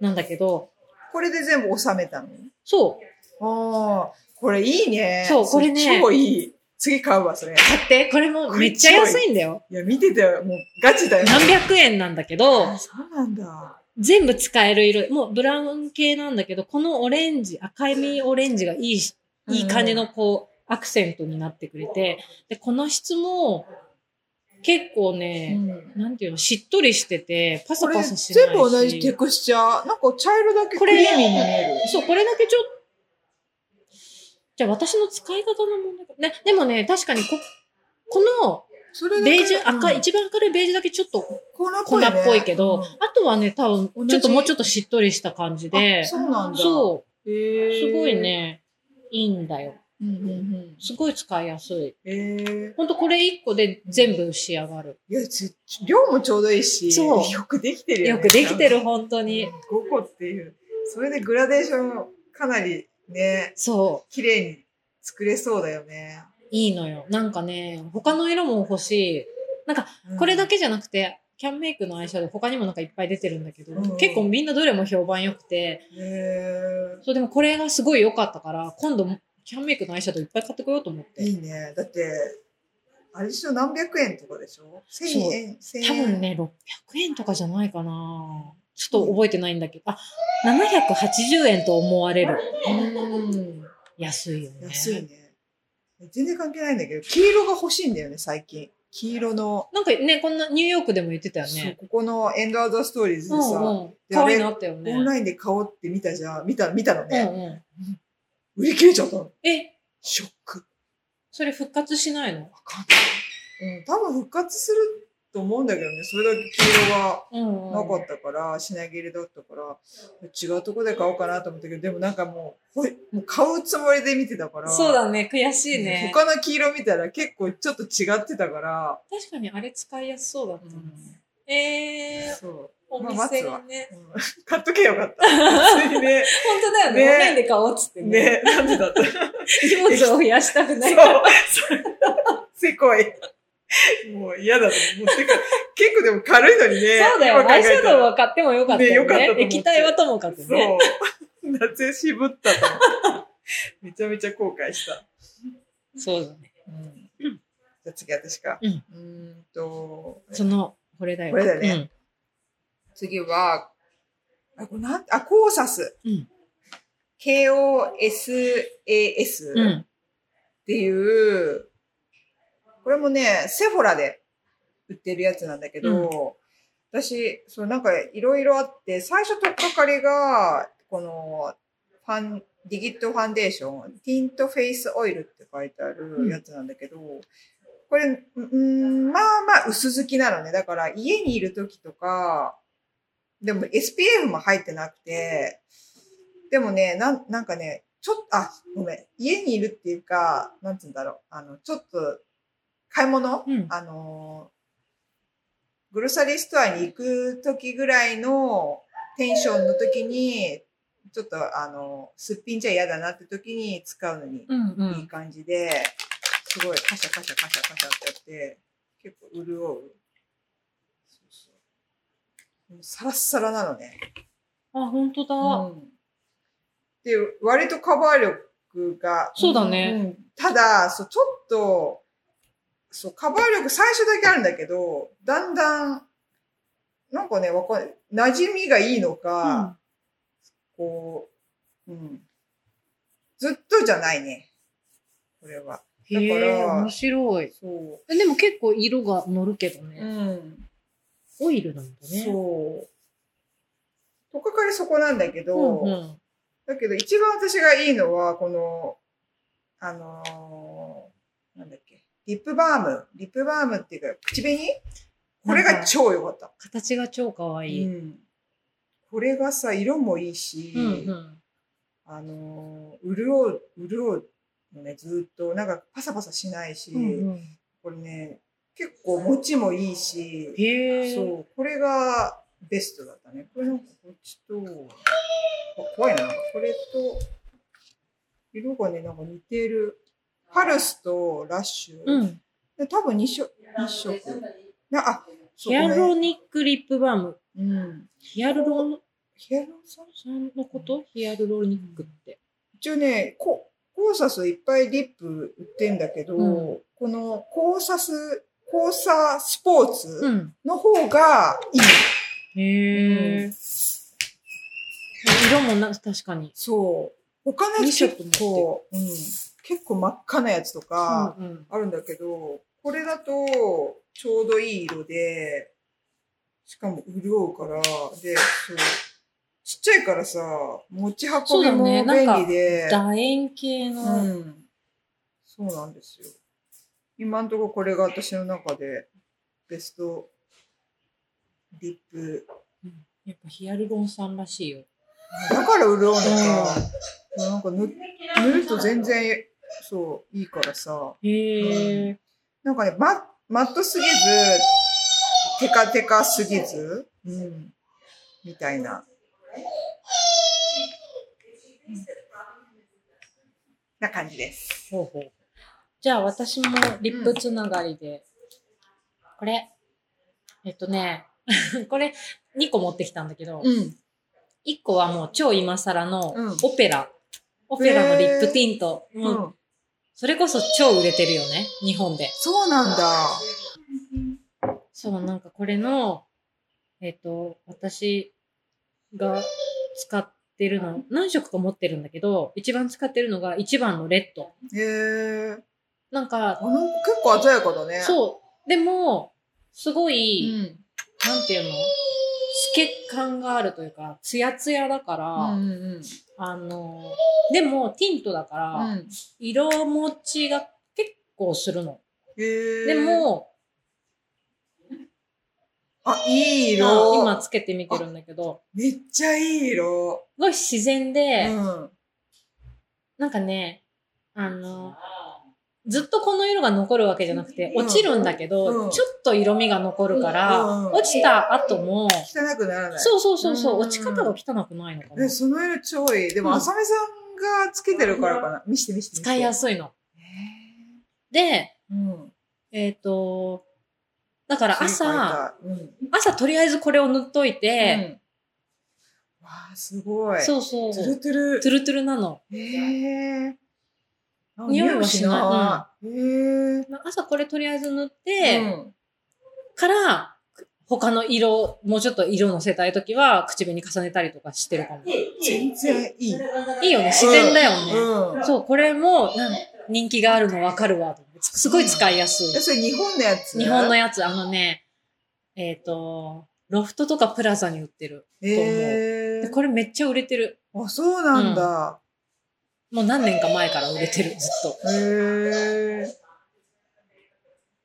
なんだけど、これで全部収めたのそう、ああ、これいいね。そうこれねそ超いい。次買うわ、それ。い買って、これもめっちゃ安いんだよ。や、見てて、もうガチだよ。何百円なんだけどあ、そうなんだ。全部使える色、もうブラウン系なんだけど、このオレンジ、赤みオレンジがいいし、いい感じのこう、アクセントになってくれて、で、この質も、結構うね、ん。なんていうの、しっとりしてて、パサこれパサしないし。全部同じテクスチャー。なんか茶色だけクリーミーに見える。そう、これだけちょっじゃあ私の使い方の問題か。ね、でもね、確かにこ、この、それだけベージュ、赤、うん一番明るいベージュだけちょっと粉っ粉っぽいけうど、んあとはね、多同分、じちょっともうちょっとしっとりした感じであ、そうなんだ。。そうう、すすごい。ね、いいんだよ。うんうんうん。すごい使いやすい。ええ。ほんとこれ一個で全部仕上がる。いや、ち量もちょうどいいし、そうよくできてるよ、よね。くできてる、本当うん。に。 5個っていう。それでグラデーションもかなりね、そ綺麗に作れそうだよね。う、いいのよ。なんかね、他の色も欲しい。うんこれだ。けじゃなくて、キャンメイクのアイシャドウ他にもなんかいっぱい出てるんだけど、うん結構みんなどれも評判良くて、へえそうでもこれがすごい良かったから、今度キャンメイクのアイシャドウいっぱい買ってこようと思って。いいね。だって、あれでしょ、何百円とかでしょ ?1000 円、1000円。多分。ね、600円とかじゃないかなちょっと覚えてないんだけど、あ、780円と思われる。うん。安いよね。安いね。全然関係ないんだけど、黄色が欲しいんだよね、最近。黄色の。なんかね、こんなニューヨークでも言ってたよそう、ね。ここのエンドアザストーリーズうでさ、んうん。で可愛いのあったよね。オンラインで買おうって見たじゃん。見た、見たのね。うんう売り切れちゃったの。ん。え、ショック。それ復活しないのわかんない。うん、多分復活すると思うんだけどね。それだけ黄色がうん、うん。なかったから、品切れだったから、違うとこで買おうかなと思ったけど、でもなんかもう、ほいもう買うつもりで見てたから。そうだね、悔しいね。他の黄色見たら結構ちょっと違ってたから、確かにあれ使いやすそうだったな。えー、そう。おまあ待店つわにね。うん買っとけよか った。普通にね。本当だよね、ねオンラインで買おうっつってね。ね、なんでだった荷物を増やしたくないから。そう。せこい。もう嫌だと思う。もうてか、結構でも軽いのにね。 そうだよ、今考アえイシャたドウらは買ってもよかったよねよかったとね。思って液体はともかくね。そう。 夏渋ったと思う。めちゃめちゃ後悔した。そうだね。じゃあ次私か。うんーんと、その、これだよ。これだね次は、あ、これなん、あ、コーサス。うん K-O-S-A-S うん。うっん。ていう、これもね、セフォラで売ってるやつなんだけど、私、そうなんかいろいろあって、最初とっかかりが、この、ファン、ディギットファンデーション、ティントフェイスオイルって書いてあるやつなんだけど、これ、ううーん、まあまあ薄付きなのね。だから家にいる時とか、でも SPF も入ってなくて、でもね、なんなんかね、ちょっと、あ、ごめん。家にいるっていうか、なんつうんだろう。あの、ちょっと、買い物、うんあのー、グロサリーストアに行く時ぐらいのテンションの時に、ちょっと、あの、すっぴんじゃ嫌だなって時に使うのにうんういいん。感じで、すごいカシャカシャカシャカシャってやって、結構潤う。そうそうもうサラッサラなのね。あ、本当だ。うん、で、割とカバー力が。そうだねうんただ、そう、ちょっと、そう、カバー力最初だけあるんだけど、だんだん、なんかね、わかんない。馴染みがいいのか、こう、うん。ずっとじゃないね。これは。うん、へだえ、から面白い。そえでも結構色が乗るけどう。ね。ん。オイルなんだね。そう。とっかかりそこなんだけど、うんうん。だけど一番私がいいのは、この、あのーなんだっけ、リップバーム。リップバームっていうか、口紅これながんか超良かった。形が超可愛い。うんこれがさ、色もいいし、うんうん。あのー潤う、潤うのね、ずっと、なんかパサパサしないし、うんうんこれね、結構持ちもいいし、へえ。そう、これがベストだったね。これなんかこっちと、あ怖いな、なんかこれと、色がね、なんか似てる。パルスとラッシュ。うん。で多分2色。二色なあ、そうヒアルこロれニックリップバーム。うん。ヒアルロヒアルロン酸酸のことヒアルロニックって。一応ね、ココーサスいっぱいリップ売ってんだけど、うんこのコーサス、コーサスポーうツん。の方がいい。へえ。色もな、確かに。そう。他のや二つ色結構、うん、結構真っ赤なやつとかうんうん。あるんだけど、これだとちょうどいい色で、しかも潤うから、で、そう、ちっちゃいからさ、持ち運そうだびよもね便なんか利で。楕円形の、うん。そうなんですよ。今んところこれが私の中でベストリップ。うんやっぱヒアルロン酸らしいよ。だから潤うのか。なんか塗塗ると全然そう、いいからさ。へえ。なんかね、ママットすぎず、テカテカすぎず、うん、みたいな。な感じです。ほうほう。じゃあ私もリップつながりで、これ、えっとね、 これ2個持ってきたんだけど、うん。 1個はもう超今更のうんオペラ。オペラのリップティント。う、もうんそれこそ超売れてるよね、日本で。そうなんだ。そう、なんかこれの、えっ、と、私が使ってるの、何色か持ってるんだけど、一番使ってるのが一番のレッド。へえ。なんあか、の結構鮮やかだね。う。そう、でも、すごい、ん。なんていうの透け感があるというか、ツヤツヤだから、うんうんあの、でもティントだから、うん。うん。色持ちが結構するの。へえ。で、も、あ、いいまあ色。今つけてみてるんだけど、めっちゃいい色。すごい自然で、うん。なんかね、あの、ずっとこの色が残るわけじゃなくて、落ちるんだけど、うんちょっと色味が残るから、うんうん落ちた後も、汚くならない。そうそうそうそう、うん落ち方が汚くないのかなえ、。その色超いい。でも、うん浅見さんがつけてるからかな。見して見して見して。使いやすすいの。い。で、うん。えっ、と、だから朝、朝、うん。朝とりあえずこれを塗っといて、うんわあ、すごい。そうそう、トトゥルトゥル。ゥルトゥルなの。へえ。あ匂いはしない匂いしない。へえ。朝これとりあえず塗っうて、んから、他の色、もうちょっと色乗せたいときは、口紅重ねたりとかしてるかも。全然いい。いいよね、自然だよね。うん。そう、これもなん人気があるのわかるわと思って。すすごい使いやすい。え、それ日本のやつ日本のやつ、あのね、えっ、と、ロフトとかプラザに売ってる。へでえ。これめっちゃ売れてる。あ、そうなんだ。もう何年か前から売れてる、ずっと。へえ。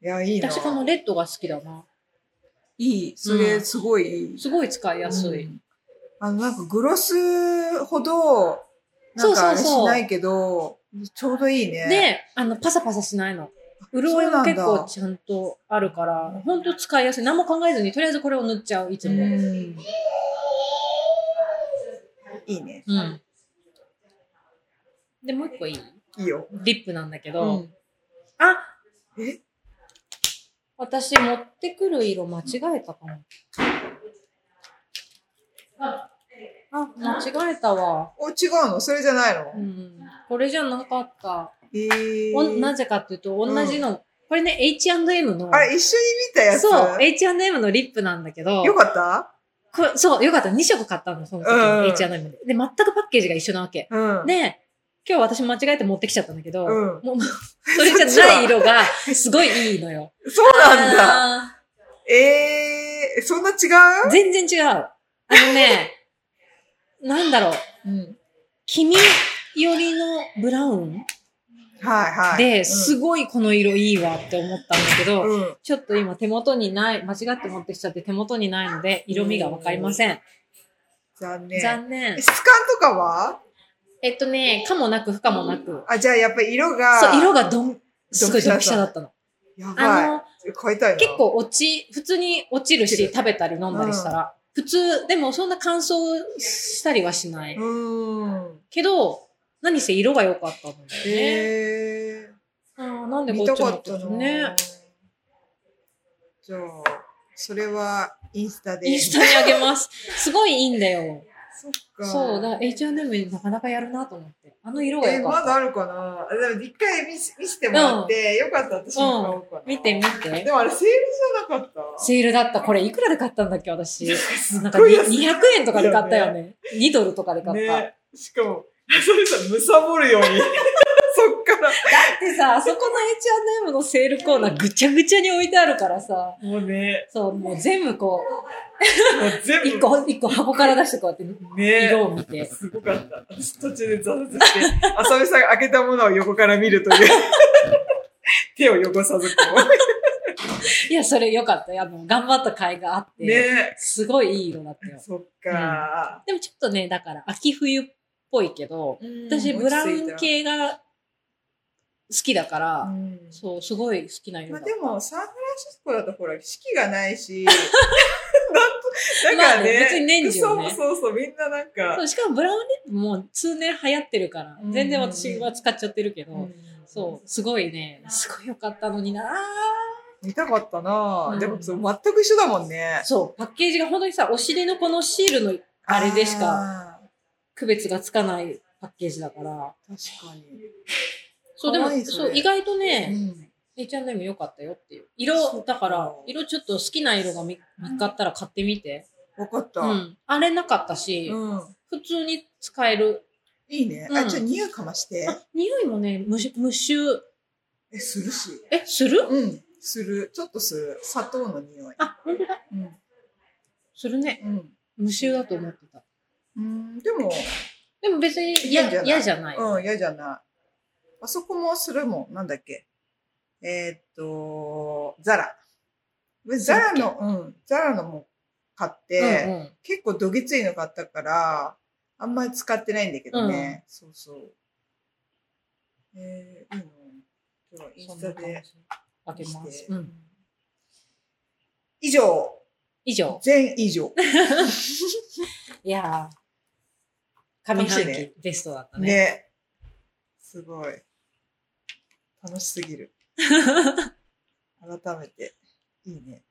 いや、いいな。私このレッドが好きだな。いい。それ、うんすごいいい。すごい使いやすい。うんあの、なんかグロスほど、なそんうそうそうかあれしないけど、ちょうどいいね。で、あの、パサパサしないの。潤いも結構ちゃんとあるから、ほんと使いやすい。何も考えずに、とりあえずこれを塗っちゃう、いつうも。ん。いいね。うん。で、もう一個いいいいよ。リップなんだけうど、んあえ私持ってくる色間違えたかも。あ、間違えたわ。お、違うのそれじゃないのうん。これじゃなかった。えおー。なぜかっていうと、同じの、これね、H&M の、あれ、一緒に見たやつそう、H&M のリップなんだけど、よかったこそう、よかった。2色買ったの、その時に、うん H&M で。で、全くパッケージが一緒なわけ。うん。で、今日私間違えて持ってきちゃったんだけど、うんもう、それじゃない色が、すごいいいのよ。そうなんだ。あーええそんな違う全然違う。あ のね、なんだろう、うん。黄身寄りのブラウンはいはい。で、すごいこの色いいわって思ったんだけど、うん。うんちょっと今手元にない、間違って持ってきちゃって手元にないので、色味がわかりません。残念。残念え。質感とかはえっとね、かもなく不可もなく、あ、じゃあやっぱり色が。そう、色がどん、すごいドンピシャだったの。やあばの、い。買いたいな。結。構落ち、普通に落ちる落ちし、る。食べたり飲んだりしたら、普通、でもそんな乾燥したりはしないうーん。けど、何せ色が良かったんだよね。えあーなんえでこ見っちた持かっってたきたな。ね。。じゃあ、それはインスタで。インスタにあげます。すごいいいんだよ。そっか。そう、だから H&M なかなかやるなと思って。あの色がえよまかっだあるかなあでも一回見せ見せてもらって、よかったら私も買おうかな。た。見て見でて。もあれセールじゃなかった。セールだった。これいくらで買ったんだっけ私。なんかごいに安い200円とかで買ったよね。2ドルとかで買った。 ね、しかも、それさ、むさぼるように、そっから。だっってさ、あそこの H&M のセールコーナーぐちゃぐちゃに置いてあるからさ、もうね、そう、もう全部こもう全う、部。一個、一個箱から出してこうやってね色を見て。すごかった。私途中で挫折して、浅見さんが開けたものを横から見ると いう。手を汚さずこいや、それ良かったよ。あの、頑張った甲斐があっう。て、ねすごいいい色だったよ。そっか、でもちょっとね、だから秋冬っぽいけど、私ブラウン系が好きだから、うんそう、すごい好きな色まだあったでも、サンフランシスコだとほら、四季がない し、なんと、だからね、まあね別に年中ねそうそうそう、みんななんかそ、うしかもブラウンリップも通年流行ってるからう、ん全然私は使っちゃってるけど、そう、すごいね、すごい良かったのにな見たかったなぁ、うんでもそう、全く一緒だもんね。そう、パッケージが本当にさ、お尻のこのシールのあれでしかか。区別がつかないパッケージだから。確かに。そう、でも、可愛いそそれう、意外とね、うん、 H&M 良かったよっていう。色、だから、色ちょっと好きな色が見見つかったら買ってみて。わかった、ううん。ん。あれなかったし、普通に使える。いいね。うあ、んちょっと匂いかまして。あ、匂いもね、無臭、無臭。え、するし。え、するうん。する。ちょっとする。砂糖の匂い。あ、本当だ。うん。するね。うん。無臭だと思ってた。うん、でも、でも別いにいん嫌じゃない嫌じゃない。うん、嫌じゃない。あそこもするもん。なんだっけ。えーっと、ザラ。俺ザラの、うん、ザラのも買って、うんうん結構どぎついの買ったから、あんまり使ってないんだけどね。そうそう。えー、いいの今日インそんスなタ感じで。開けま見すせ。てうん。以上、以上。全以上。いやー、上楽し半いね期ベストだったね。ね。すごい。楽しすぎる。改めて。いいね。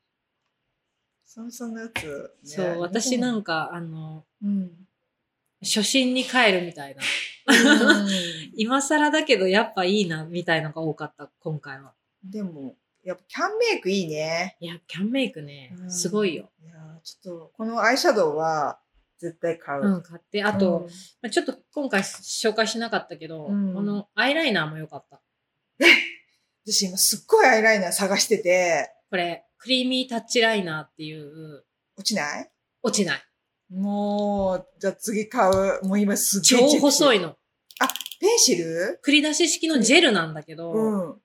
そもそものやつ、ね。そう、私なんんか、あの、うん。 初心に帰るみたいな。今更だけどやっぱいいな、みたいのが多かった、今回は。でも、やっぱキャンメイクいいね。いや、キャンメイクねう、んすごいよ。いやーちょっと、このアイシャドウは絶対買う。うん、買って。あうとん、、まあちょっと今回紹介しなかったけど、こうんのアイライナーも良かった。私今すっごいアイライナー探してて、これ、クリーミータッチライナーっていう、落ちない落ちない。もう、じゃあ次買う。もう今すっ超げえ細い。いの。ペンシル繰り出し式のジェルなんだけど、うん。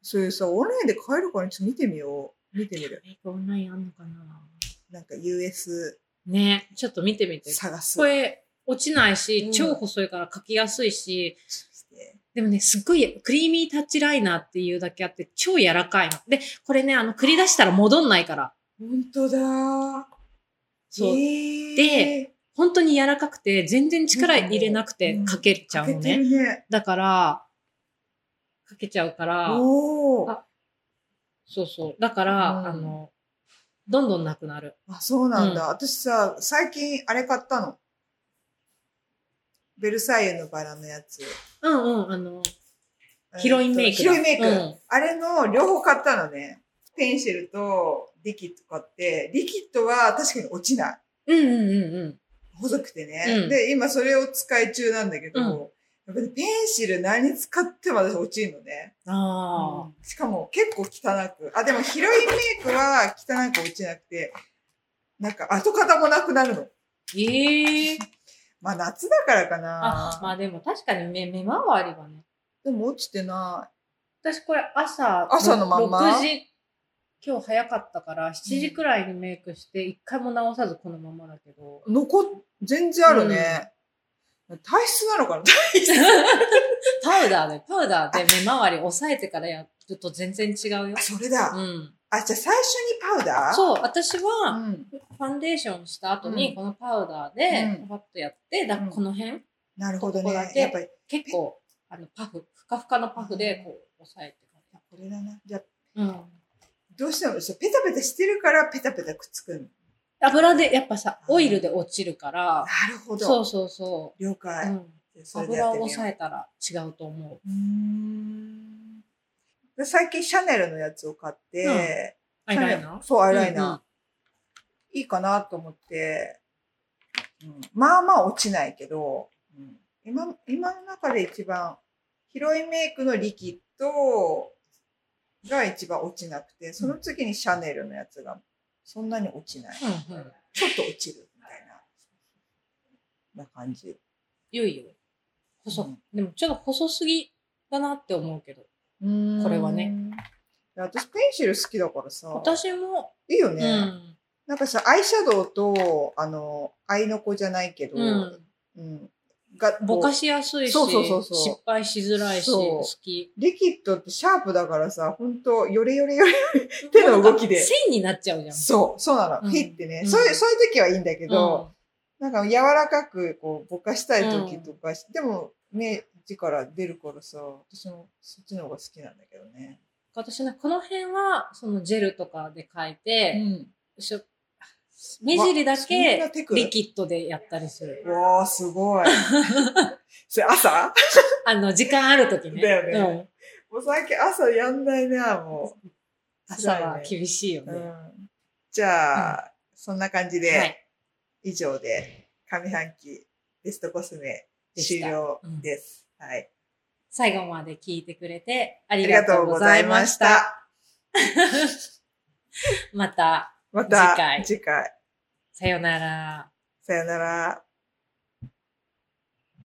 そういうさ、オンラインで買えるからちょっと見てみよう。見てみる。メイクオンラインあんのかななんか US ね、ちょっと見てみて。探す。これ、落ちないし、うん超細いから描きやすいし、でもね、すっごいクリーミータッチライナーっていうだけあって、超柔らかいの。で、これね、あの、繰り出したら戻んないから。本当だ。そえうー、で、本当に柔らかくて、全然力入れなくてうんかけちゃかうけのてね。るね。だから、かけちゃうから、おお。あそうそう。だから、うんあの、どんどんなくなる。あ、そうなんだ。う私さ、最近あれ買ったの。ベルサイユのバラのやつ。うんうん、あの、ヒロインメイクだヒロインメイク。うんあれの両方買ったのね。ペンシルとリキッド買って、リキッドは確かに落ちない。うんうんうんうん。細くてね。うんで、今それを使い中なんだけど、うんやっぱりペンシル何使っても私落ちるのね。ああ、しかも結構汚く。あ、でもヒロインメイクは汚く落ちなくて、なんか跡形もなくなるの。ええまあ夏だからかあな。、まあでも確かに目、目周りはね。でも落ちてない。私これ朝、朝のまんま6時、今日早かったから、7時くらいにメイクして、一回も直さずこのままだけ ど。残っ、全然あるね。体質なのかなパウダーで、パウダーで目周り押さえてからやると全然違うよあ。それだ。うん。あ、じゃあ最初にパウダーう。そう、私は、ん。ファンデーションした後うんに、このパウダーでう、んパパッとやって、だうんこの辺、なるほどここだね。けやっぱり、結構、あの、パフ、ふかふかのパフで、こう、押さえてから。これだな。じゃあうん。どうしてもそうペタペタしてるからペタペタくっつくの。油で、やっぱさ、うんオイルで落ちるからな、るほど。そうそうそ了う。解。うんじゃあそれでや油ってみをよう抑えたら違うと思う。うーんで最近シャネルのやつを買って、アイライナーそう、アイライナー。うんうんいいかなと思って、うんまあまあ落ちないけど、うん今、今の中で一番ヒロイメイクのリキッドが一番落ちなくて、その次にシャネルのやつがそんなに落ちない。うんうん。ちょっと落ちるみたいな、な感じ。いよいよ。細、うんでもちょっと細すぎだなって思うけど。これはね。私ペンシル好きだからさ、私も、いいようね、ん。なんかさ、アイシャドウと、あの、アイノコじゃないけど、うん。うんがぼかしやすいし、そうそうそうそう失敗しづらいし、そう好き。リキッドってシャープだからさ、ほんと、よれよれよれ。手の動きでなんか線になっちゃうじゃん。そう、そうなの。うんピッてね、うんそういう、そういう時はいいんだけど、なんか柔らかく、こう、ぼかしたい時とか、でも、目、力出るからさ、私もそっちの方が好きなんだけどね。私ね、この辺は、そのジェルとかで描いて、ん。しょ目尻だそんなけテクリキッドでやったりする。わー、す ごい。それ朝あの、時間ある時ね。だよねうもん。う最近朝やんないな、も朝は辛いね厳しいよう。うね。ん、じゃあ、そんな感じで、はい。以上で上半期ベストコスメで終した了です。はい。最後まで聞いてくれてあありりががととううごござざいいままししたた。。また、 また次回次回。さよなら。さよなら。